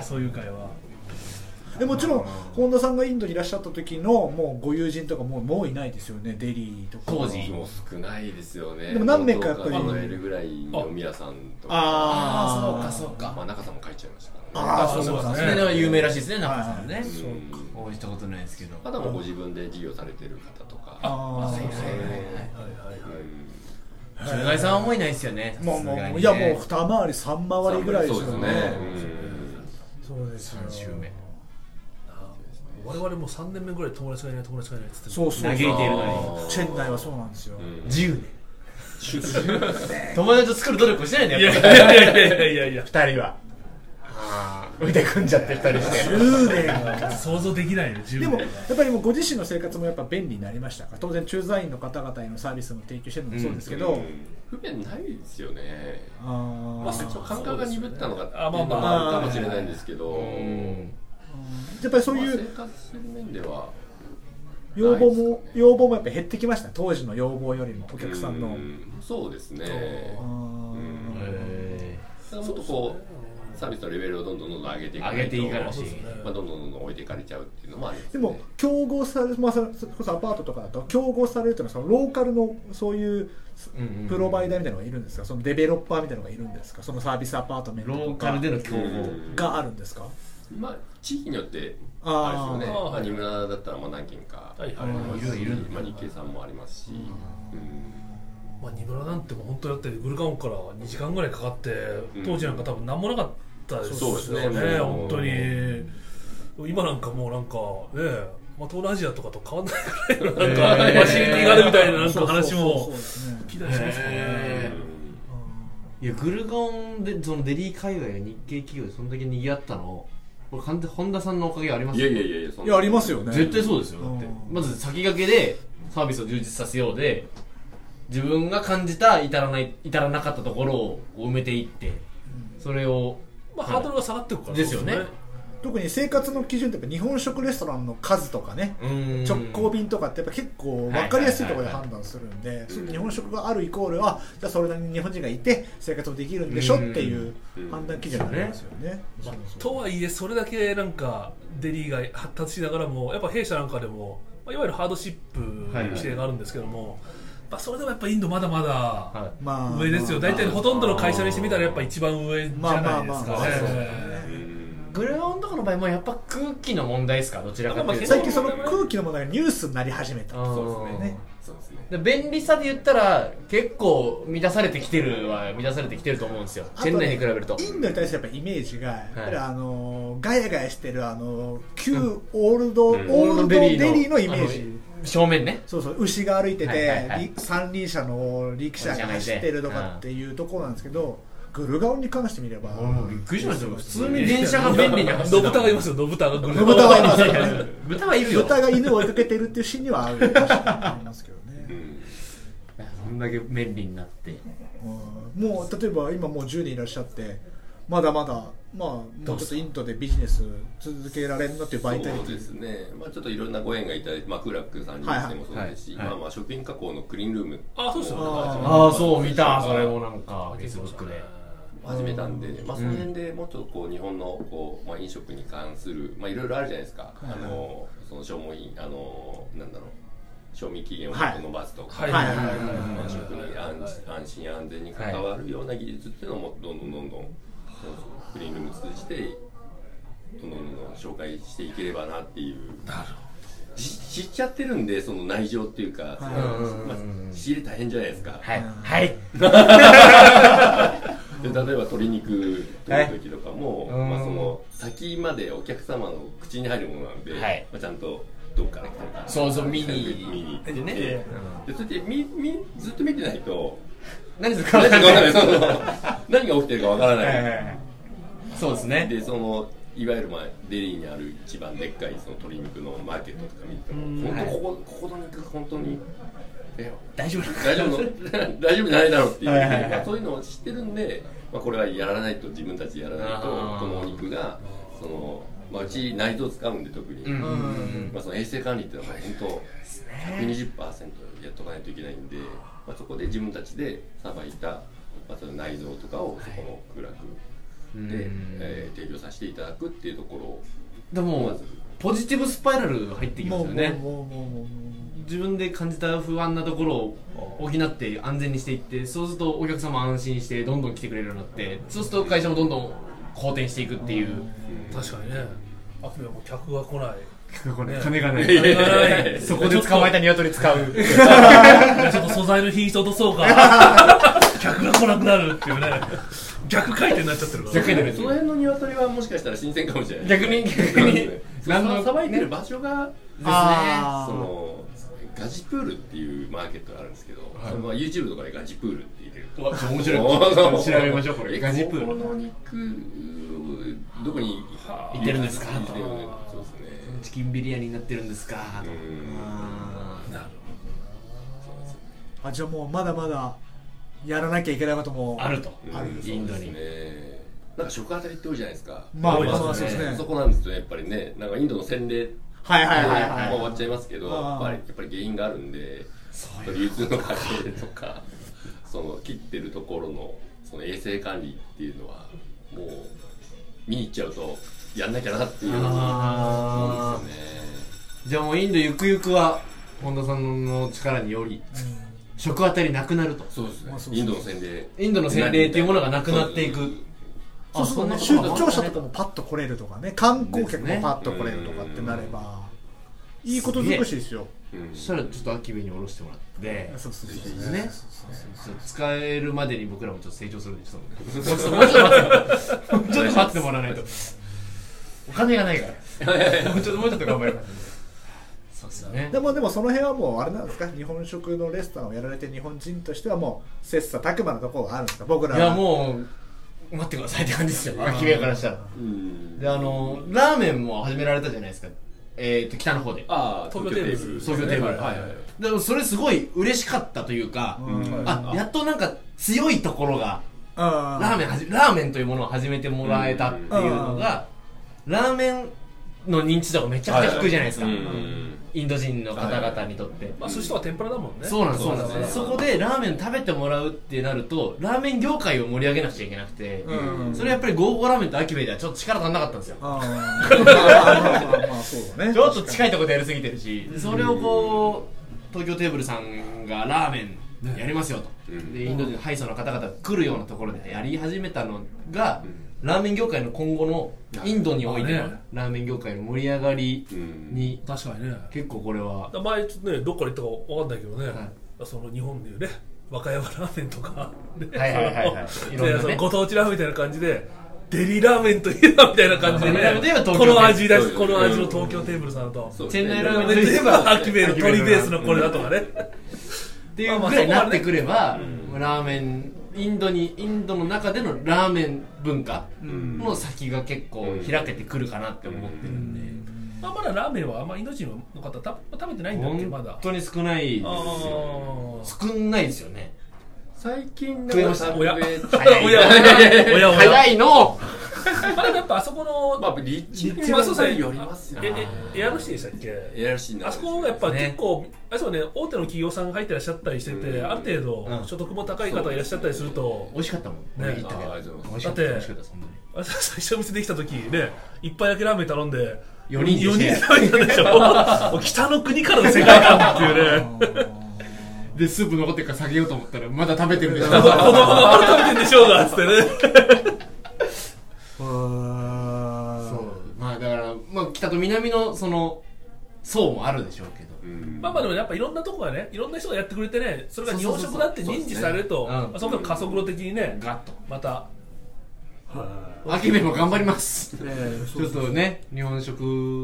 S4: そういう会話。
S3: でもちろん本田さんがインドにいらっしゃった時のもうご友人とかもうもういないですよねデリーとか
S2: 当時
S1: もう少ないですよね
S3: でも何名かやっぱり
S1: 本当数えるぐらいの皆さんとか
S3: ああ
S2: そう
S1: まあ、中さんも帰っちゃいましたからね
S3: ああそうそう
S4: そう
S2: そ
S4: そ
S2: れ
S4: う
S2: では有名らしいですね中田さんね
S1: うん
S2: お会いしたことないですけど
S1: あとはもうご自分で事業されてる方とか
S3: あ
S2: はいは
S4: はいは
S2: い
S3: あ
S4: いはい。
S2: 中貝さんは思いないですよね
S3: もうも
S2: さすがに
S3: う
S2: ね
S3: いやもう二回り三回りぐらいです
S1: そう
S3: よ
S1: ですね
S3: ね
S1: うん
S3: そうですよ
S2: 三周目
S4: 我々もう3年目ぐらい友達がいない友達がいないっつって
S3: そうそう
S2: 嘆いているの
S1: に
S3: チェンナイはそうなんですよ、
S2: に10年友達を作る努力をしてないんだ
S4: いや
S2: よ
S4: いやいやいやいやいや
S2: 2人は腕組んじゃって2人して
S3: 10年が
S4: 想像できないよ10年
S3: でもやっぱりもうご自身の生活もやっぱ便利になりましたか当然駐在員の方々へのサービスも提供してるのもそうですけど、
S1: うん不便ないですよね
S3: あ
S1: まあ、
S3: ー
S1: ちょっと感覚が鈍ったのかっていう
S4: あまあ
S1: の
S4: ま
S1: もあ
S3: あ
S1: るかもしれないんですけど、
S3: やっぱりそ
S1: そう
S3: う
S1: い
S3: いう
S1: 生
S3: う
S1: 活する面では、
S3: 要望
S1: な
S3: も
S1: いですかね
S3: 要望もやっぱ減ってきました当時の要望よりもお客さん
S1: う
S3: の
S1: そうですね、
S3: あー
S1: ただもっとこう、サービスのレベルをどんどんどんどん上げていか
S2: 上
S1: な
S2: げ
S1: いと
S2: ていかなし
S1: まあ、どんどんどんどん置いていかれちゃうっていうのもあります、ね、
S3: でも競合されまあそれこそアパートとかだと競合されるというのはそのローカルのそういうプロバイダーみたいなのがいるんですかそのデベロッパーみたいなのがいるんですかそのサービスアパートメン
S2: ロ
S3: トと
S2: ー
S3: か
S2: カルでの競合
S3: があるんですか
S1: まあ、地域によって
S3: あー
S1: あれですよ
S4: あー
S1: ね、まあ、二村だったらまあ何軒かあ
S4: はい
S1: り
S4: はい
S1: ます
S2: いろい
S1: し、
S2: ろいる
S1: まあ、日系さんもありますし、
S4: まあ、ニブラなんてもう本当だってグルカンから2時間ぐらいかかって当時なんか多分何もなかったですよね,、
S1: そうですね
S4: 本当に今なんかもうなんかねまあ、東南アジアとかと変わんないぐらいのなんか、
S2: へー
S4: ファシリティがあるみたいななんか話
S3: そうそうそうそう
S4: も
S3: ですね
S4: 聞いたりしますかね
S2: いやグルゴンでそのデリー界隈や日系企業でそんだけ賑わったのこれ完全本田さんのおかげありま
S1: うん
S2: す
S1: い
S2: よ
S1: やいやいやいやそん
S3: い
S1: な
S3: やありますよね
S2: 絶対そうですよだって
S3: うん
S2: まず先駆けでサービスを充実させようで自分が感じた至らない至らなかったところを埋めていってそれを
S4: まあ、ハードルが下がっていくから
S2: ですよね
S3: 特に生活の基準ってやっぱ日本食レストランの数とかね
S2: うん
S3: 直行便とかってやっぱ結構分かりやすいところで判断するんでそう日本食があるイコールあじゃあそれなりに日本人がいて生活もできるんでしょっていう判断基準になりますよね。そうそう
S4: とはいえそれだけなんかデリーが発達しながらもやっぱ弊社なんかでもまあいわゆるハードシップの規定があるんですけども、まあ、それでもやっぱインドまだまだ、
S2: は
S3: ま
S4: 上ですよ、大体ほとんどの会社にしてみたらやっぱ一番上じ
S3: ま
S4: ゃ
S3: あま
S4: な
S3: あ
S4: いで
S3: まあ
S4: す
S3: ま
S4: か
S3: あ
S4: ね
S3: そうですね。
S2: いグルゴンとかの場合もやっぱ空気の問題ですかどちらかというと
S3: 最近その空気の問題がニュースになり始めた。
S2: うん
S1: そうですね
S3: ね
S1: そうですね
S2: で便利さで言ったら結構満たされてきてるは満たされてきてると思うんですよ
S3: あと
S2: チェ
S3: ね
S2: ン内に比べると
S3: インドに対してやっぱイメージが、やっぱりあのガヤガヤしてるあの旧オールド、
S1: うん
S3: オールドデリーのイメー
S2: あ
S3: ジ
S2: の正面ね
S3: そうそう牛が歩いてて、
S2: はいはいはい
S3: り三輪車の力車が走ってるとかっていうところなんですけど、グルガオに関してみれば、
S2: 俺もびっくりしましたよ普通に電車が便利に走
S4: 信
S2: ってた
S4: 豚がいますよ信豚がグル
S3: 信豚はいますよね
S2: 豚はいるよ
S3: 豚が犬を追いかけてるっていうシーンにはある確かに思いますけど
S1: う
S3: ね、
S1: ん
S2: そんだけ便利になって
S3: うんもう例えば今もう10人いらっしゃってまだまだ、まあ、もうちょっとインドでビジネス続けられるなっていう媒体
S1: そうですね、まあ、ちょっといろんなご縁がいただいて、まあ、クーラックさんにしてもそうですし、
S5: はいはい
S1: まあ、まあ食品加工のクリーンルーム
S4: あそうですよね
S2: ああそう見たそれもなんかフェイスブックで
S1: 始めたんで、まあ、その辺でもっとこう日本のこう、まあ、飲食に関する、まあ、いろいろあるじゃないですか、あのその消耗品あのなんだろう賞味期限をちょっと伸ばすとか、
S4: はい
S3: はいはい
S1: まあ、食に安,、安心安全に関わるような技術っていうのもどんどんどんどんクリーンルーム通じてどんどんどんどん紹介していければなっていう。し知っちゃってるんでその内情っていうか、そのまあ、仕入れ大変じゃないですか、
S2: はいはい
S1: で例えば鶏肉取る時とかも、
S2: はい
S1: まあ、その先までお客様の口に入るものなんで、
S2: はい
S1: まあ、ちゃんとどっから来たのか
S2: そうそう見に
S1: 見に行って
S2: ね
S1: でそれでみみずっと見てないと
S2: 何ですか分
S1: 何が
S2: かん
S1: 分から
S2: な
S1: ないいそうそう何が起きてるかわからない、
S2: はいはいはいそうですね
S1: でそのいわゆる、まあ、デリーにある一番でっかいその鶏肉のマーケットとか見ても本当ここここの肉本当にえ
S2: 大丈夫
S1: 大丈夫 大丈夫じゃないだろうっていう、
S2: はいはいはい
S1: まあ、そういうのを知ってるんで、まあ、これはやらないと自分たちでやらないと
S2: あー
S1: このお肉がその、まあ、うち内臓使うんで特に、
S2: うんうんうん
S1: まあ、その衛生管理っていうのは本当120%やっとかないといけないんで、まあ、そこで自分たちでさばいた、まあ、その内臓とかをそこの空楽で、えー提供させていただくっていうところを
S2: でもポジティブスパイラル入ってきます
S3: も
S2: よ
S3: うもう
S2: ね
S3: もうもうもうも
S2: 自分で感じた不安なところを補って安全にしていってそうするとお客様安心してどんどん来てくれるようになってそうすると会社もどんどん好転していくっていう
S4: 確かにねあくびはもう客が来ない
S2: 金がな
S1: やい
S2: い
S1: や
S2: そこで捕まえた鶏使 う
S4: ちょっと素材の品質落とそう か客が来なくなるっていうね逆回転になっちゃってるから
S2: 逆に
S1: その辺の鶏はもしかしたら新鮮かもしれない
S2: 逆に逆に
S1: 何のさばいて
S2: ね
S1: る場所が
S3: あー
S1: そのガジプールっていうマーケットがあるんですけど、そのまあ YouTube とかでガジプールって入れると
S2: わちょ面
S1: そう
S2: 白い調べましょうこれ
S1: え
S2: ガジプ
S1: ここ
S2: ール
S1: の肉どこに行
S2: 行ってるんですか
S1: そうですね
S2: チキンビリヤニになってるんですか
S1: う
S2: とか
S1: ん
S2: あー
S3: うあじゃあもうまだまだやらなきゃいけないことも
S2: あると
S1: うん
S3: ある
S2: インド
S1: そう
S2: に
S1: ですねなんか食あたりって多いじゃないですか
S3: まあ
S4: 多いですね
S3: まあそうですね
S1: そこなんですよやっぱりねなんかインドの洗礼
S3: はいはいはい
S1: まあ終わ
S3: は
S1: っちゃいますけどやっ
S3: あ
S1: ぱ
S3: ー
S1: りやっぱり原因があるんで流通の過程とかその切ってるところのその衛生管理っていうのはもう見に行っちゃうとやんなきゃなっていう
S2: あ
S1: そうですよね
S2: じゃあもうインドゆくゆくは本田さんの力により食あたりなくなると
S1: そうですね
S3: まあそうそう
S1: インドの洗礼
S2: インドの洗礼っていうものがなくなってい
S1: そう
S2: く
S3: いそうするとね
S2: そん
S3: 州
S2: なこと
S3: の
S2: は
S3: 庁舎とかもパッと来れるとかね観光客
S2: です
S3: も
S2: ね
S3: パッと来れるとかってなればいいこと尽くしですよ
S1: そううん
S2: そしたらちょっと秋部に下ろしてもらって
S3: そうそうそう
S2: ですね
S3: そう
S2: ち
S3: そう
S2: ょっと使えるまでに僕らもちょっと成長するんでちょっ ともうちょっと待ってもうちょっと待ってもらわないとお金がないからもうちょっともうちょっと頑張りますそうですね
S3: でもでもその辺はもうあれなんですか日本食のレストランをやられてる日本人としてはもう切磋琢磨のところがあるんですか僕ら
S2: いやもう待ってくださいって感じですよ秋部屋からしたら
S1: うん
S2: であのラーメンも始められたじゃないですかえっと北の方で
S1: ああ
S4: 東京テーブル
S2: 東京テーブル
S1: はいはいはい
S2: でもそれすごい嬉しかったというか、
S1: ん
S2: あやっとなんか強いところが
S3: ラ
S2: ラーメンはじラーメンというものを始めてもらえたっていうのが、ラーメンの認知度がめちゃくちゃ低いじゃないですか、
S1: うん
S2: インド人の方々にとって、
S4: まあ、寿司とか天ぷらだもんね
S2: そうなんです
S1: そ
S2: そうう
S1: な
S2: なんん
S1: で
S2: ですす、
S1: ね
S2: そこでラーメン食べてもらうってなるとラーメン業界を盛り上げなくちゃいけなくて、
S3: うん
S2: それやっぱりゴーゴーラーメンとアキベイではちょっと力足んなかったんですよ
S3: あーまあまあまあまあそうだね
S2: ちょっと近いところでやりすぎてるし、それをこう、東京テーブルさんがラーメンやりますよと、
S1: うん
S2: でインド人の敗訴の方々が来るようなところでやり始めたのが、ラーメン業界の今後のインドにおいて
S4: あ
S2: の
S4: ね
S2: ラーメン業界の盛り上がり
S1: うん
S2: に、
S4: 確かにね
S2: 結構これは、
S4: 前ねどっから行ったかわかんないけどね、
S2: は
S4: その日本でいうね和歌山ラーメンとか、ね
S2: はいはいはいはい
S4: その
S2: いろんなね
S4: そのご当地ラーメンみたいな感じでデリラーメンといえばみたいな感じでね
S2: デリラーメンといえば東京
S4: この味だし
S1: うん
S4: この味の東京テーブルさんと、
S1: そうです
S2: チェン
S1: ね
S2: ナイラーメンといえば、
S4: アキベル鶏ベースのこれだとかね、
S2: っていうぐらいになってくれば、ラーメン、インドに、インドの中でのラーメン文化の先が結構開けてくるかなって思ってるんで。
S4: まあ、まだラーメンはあんまインド人の方た食べてないんだっけま
S2: 本
S4: だ
S2: 当に少ないです
S4: あ
S2: よ
S4: ー
S2: 少ないですよね
S1: 最近
S2: 食えました
S1: 食
S4: 親
S1: べ
S2: 早い
S4: おやおやおやおや
S2: 早いの
S4: あれやっぱあそこの、
S1: まあ立地
S4: まあ
S1: は
S4: そう
S1: そ
S4: で
S1: れ
S4: す
S1: よりますよ
S4: え
S1: ね
S4: えエアロシティでしたっけ
S1: えらしいな
S4: あそこやっぱ結構、あれですよね、大手の企業さんが入ってらっしゃったりしてて、
S1: うん
S4: ある程
S2: う
S4: 度
S2: ん
S4: 所得も高い方がいらっしゃったりすると、
S2: 美味しかったもん
S4: ね
S2: 俺行ったけ
S1: あありがとう
S2: ど
S1: ございます
S2: 美味しかった
S4: だって
S2: 美味しかった本当に
S4: あれ最初お店できた時ね、一杯だけラーメン頼んで、
S2: 四人で
S4: 四で食べたでしょ もう北の国からの世界観っていうね。
S2: でスープ残ってるから下げようと思ったらまだ食べてるでしょ
S4: 子供がまだ 食べてんでしょうがっつってね。
S2: そうまあだから、まあ、北と南のその層もあるでしょうけど、
S1: うん
S4: まあまあでもやっぱいろんなとこがね、いろんな人がやってくれてね、それが日本食だって認知されると、
S2: そうそうそ
S4: ま
S2: う
S4: あそこから加速度的にね、
S2: ガッと
S4: また、
S2: アキベも頑張りますち
S3: ち
S2: ょっとね日本食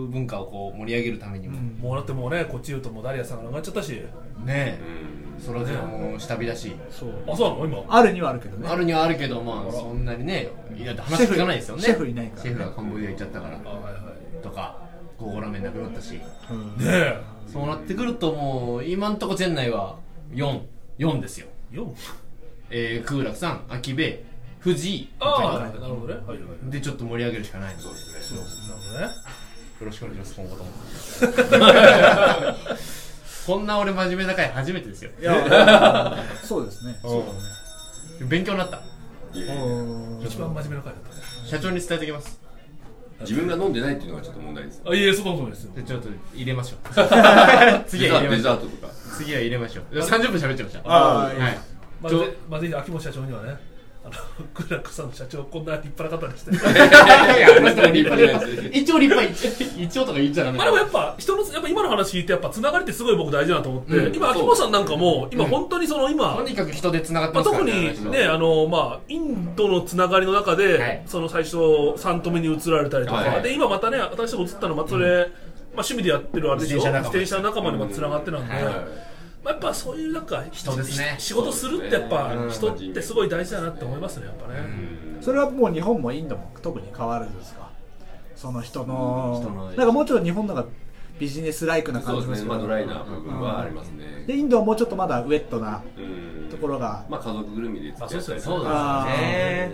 S2: 文化をこう盛り上げるためにも、
S4: もうだってもうね、こっち言うともうダリアさんが亡くなっちゃったし、
S2: ね
S1: う
S2: え
S1: ん
S2: そらジローも下火だし、
S4: あ、そうなの今。
S3: あるにはあるけどね
S2: あるにはあるけどまあそんなにねいや話聞かないですよね
S3: シェフいないから
S2: シェフがカンボジア行っちゃったから
S4: あはいはい
S2: とかゴーゴーラーメンなくなったし
S3: うん
S4: ねえ
S2: そうなってくるともう今んとこチェン内は44ですよ
S4: よ
S2: えー、空楽さん秋部藤井
S4: ああ
S2: 岡井
S4: なるほどねはいはいはい
S2: でちょっと盛り上げるしかないそうですね
S4: なるほどね
S2: よろしくお願いします今後ともこんな俺真面目な回初めてですよ
S3: いや そうですねそう
S2: 勉強になった
S1: いやいや
S3: うん
S4: 一番真面目な回だったね
S2: 社長に伝えておきます
S1: 自分が飲んでないっていうのがちょっと問題ですよ
S4: あいえそんなことないですよ
S2: でちょっと入れまし ょう次
S1: デ
S2: は入
S1: ザ
S2: れま
S1: デ
S2: し
S1: ザ
S2: ょう
S1: ートとか
S2: 次は入れましょういや30分喋っちゃいました
S3: ああいい
S2: はい
S4: まあ
S2: ちょ
S4: ぜまあぜひ秋元社長にはねあの クラックさんの社長こんな立派な方にして
S2: いやあの人も立派です一応立派一応とか言っちゃダメ
S4: あ
S2: だ
S4: でもやっぱ人のやっぱ今の話聞いてやっぱつながりってすごい僕大事だなと思って、
S2: うん
S4: 今秋元さんなんかも今
S2: うん
S4: 本当にその今、
S2: とにかく人で繋がって
S4: まあ、
S2: ますか
S4: 特
S2: ら
S4: に
S2: あの
S4: ね、あのまあ、インドのつながりの中で、
S2: はい
S4: その最初、3止めに移られたりとか、
S1: はいはい
S4: で今またね、新しいの移ったの、まあ、それ、まあ、趣味でやってるあれでしょ、
S2: 自
S4: 自
S2: 転車
S4: 転
S2: 仲間
S4: 車仲間にもつながってなんで、
S2: はい
S4: まあ、やっぱそういうなんか、
S2: 人ですね
S4: 仕事するって、やっぱ、人ってすごい大事だなって思いますね、やっぱね。
S3: それはもう日本もインドも特に変わるんですかその人の
S2: 人の
S3: なんかもうちょっと日本のがビジネスライクな
S1: そ
S3: 感
S1: う
S3: じ
S1: で
S3: ですす
S1: ね
S3: け
S1: まあ
S3: ど
S1: ドライな部分はありますね
S3: でインドはもうちょっとまだウェットな
S1: うん
S3: ところが
S1: まあ家族ぐるみで付き合ったりと
S2: あそう
S1: か
S2: ですよねそうだ
S3: あー
S2: ね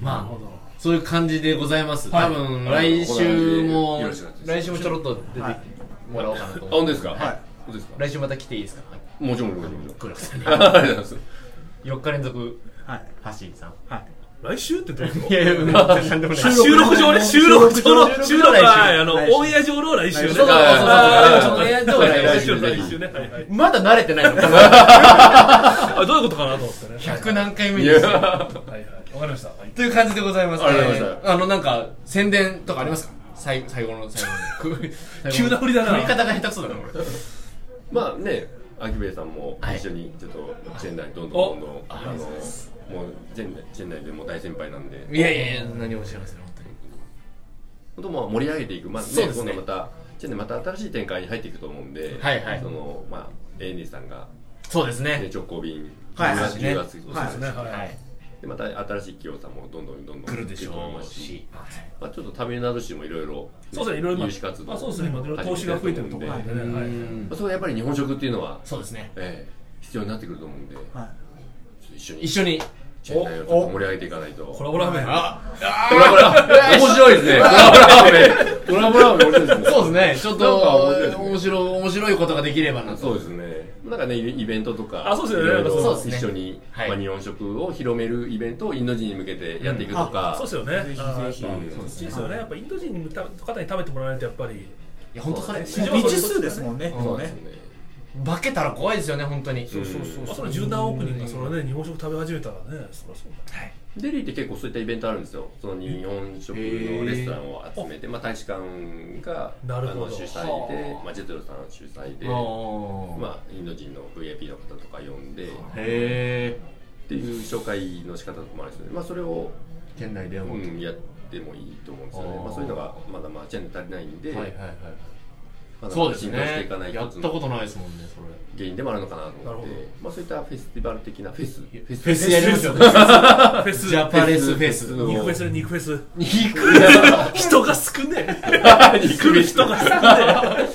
S2: まあ
S4: ど
S2: そういう感じでございます。
S4: はい
S2: 多分来週も
S1: よろしくお願
S2: 来
S1: いします
S2: 週もちょろっと出て
S3: はい
S2: もらおうかなと
S1: あ
S2: 思
S1: 本
S2: う。
S1: 当ですか
S3: はい
S1: 本当ですか
S2: 来週また来ていいですか。はい
S1: もちろんもちろんもちろん
S2: 黒木さんに。
S1: あありがとうございます
S2: 4日連続
S3: はい
S2: ハッシーさん。
S3: はい
S4: 来週ってどういうこ
S2: い
S4: と
S2: やいやうんなんでもない。
S3: 収
S4: 収録上ね、収録上の、収
S2: 収
S4: 録
S2: 録上
S4: はい、あの、
S3: 来週
S4: オンエア上の来週ね。
S2: そうそうそうそう
S4: あー
S2: オンエア上の来
S1: 週
S4: 来週ね。はいはい
S2: まだ慣れてないの。
S4: あ、どういうことかなと思ってね。
S2: 100何回目ですよ。
S4: はいはい。わかりました。はい。
S2: という感じでございます。
S1: ありがとうございま
S2: えーあのなんか宣伝とかありますか。最最後の最後 に
S4: 急な振りだな
S2: 振り方が下手くそだな俺。
S1: まあね、アキベイさんも
S2: はい
S1: 一緒にちょっとチェンダイにどん
S4: お
S1: どんどんどん、あのもうチェンダイチェンダイでもう大先輩なんで、
S2: いやいやいや何も知らないですよ本当に。
S1: 本当まあ盛り上げていくまあ
S2: そう
S1: ね
S2: です
S1: 今
S2: ね
S1: 度またチェンダイまた新しい展開に入っていくと思うんで、
S2: はいはい
S1: そのまあエイニーさんが
S2: そうです
S1: ね
S2: ね。
S1: 直行便
S3: はい
S1: 10月
S2: はい
S1: 10月そう
S3: はい
S1: そう
S4: ね、
S2: は。
S4: はい
S1: でまた新しい企業さんもどんどんどんどん
S2: 来るでしょうし。はい
S1: まあちょっとタミルナド市もいろいろね
S4: そうですね、いろいろ今
S1: 融資活動
S4: あ、そうですね、今いろいろ投資が増えてるところなんでね。はい
S1: まあそれはやっぱり日本食っていうのは、
S2: そうですね。
S1: ええ必要になってくると思うんで、ちょっ
S3: はい
S1: と一緒に
S2: 一緒に。
S1: チェンダイをちょっと盛り上げていかないと。
S4: コラボラーメン。
S2: あ、
S1: コラボラーメン面白いですね。コラボラーメン。コラボラーメン面白いですね。
S2: そうですね。ちょっ
S1: なんか
S2: と
S1: 面白いですね
S2: 面白い面白いことができればなと。
S1: そうですね。なんかね、イベントとか、
S4: あそうですよね
S1: いろいろ
S4: そう
S2: ですね
S1: 一緒に、
S2: はい
S1: まあ、日本食を広めるイベントをインド人に向けてやっていくとか、
S4: そうですよね。
S3: ぜひ
S4: あー
S3: ぜひ
S1: うん
S4: そうですよね。やっぱインド人の方に食べてもらわないと、やっぱり。
S2: いや本当それ。
S4: そう
S3: 未知数ですもんね
S1: そ
S3: そうう
S1: です
S3: ね
S1: ね。
S2: 化けたら怖いですよね本当に。
S1: そうそうそう
S4: まあ、その十何億人が、そのね、日本食食べ始めたらね、そりゃそうだ。
S1: デリーって結構そういったイベントあるんですよ。その日本食のレストランを集めて、まあ、大使館が
S4: なるほど
S1: あの主催で、まあ、ジェトロさん主催で、
S2: おー
S1: まあ、インド人の VIP の方とか呼んで、
S2: へえ。
S1: っていう紹介の仕方とかもあるんですよね。まあ、それを
S2: 県内でも。はい
S1: うん、やってもいいと思うんですよ
S2: あ
S1: ね
S2: ー、
S1: まあ、そういうのがまだまあチェーンで足りないんで、
S2: はいはい。
S1: まだ
S2: そうです
S1: 浸透して
S2: ね
S1: いかな。い
S2: やったことないですもんねそれ。
S1: 原因でもあるのかなと
S4: なる
S1: 思っ
S4: ほ
S1: て
S4: ど、
S1: まあ、そういったフェスティバル的なフェス、フェス
S2: フェスやりますよ。ジ
S4: フェス、
S2: ャ
S4: 肉
S2: パレスフェス。
S1: の
S4: フェス、肉フェス。
S2: 肉
S4: 人が少ねえ。
S1: 肉
S4: 来る人が少ね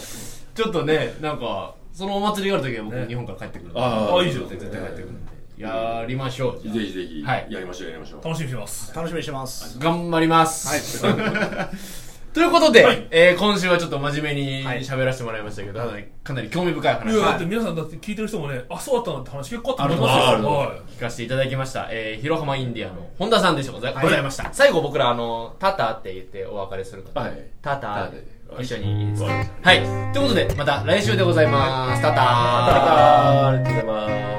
S2: ちょっとねなんかそのお祭りがある時は僕
S4: ね
S2: 日本から帰ってくるんで
S1: あ
S4: あいいじゃん
S2: 絶対帰ってくるんでやりましょうじ
S1: ぜ
S2: ゃ
S1: ひぜひ、
S2: はい
S1: やりましょう、やりましょう。
S4: 楽しみにしてます
S3: 楽しみにしてます
S2: あ頑張ります、 ということで、えー今週はちょっと真面目に喋らせてもらいましたけど、かなりかなり興味深い
S4: い
S2: 話
S4: や
S2: を
S4: だって皆さんだって聞いてる人もねあそうだったなって話結構あったと思い
S1: あ
S4: ますよ
S1: ると思
S4: はい
S2: 聞かせていただきました、えー、広浜インディアの本田さんでしょうござい,、ございました最後僕らあのタタって言ってお別れするから、
S1: はい
S2: タタ
S1: タで
S2: 一緒にいいですかはいということでまた来週でございますタタタ
S1: ありがとうございます。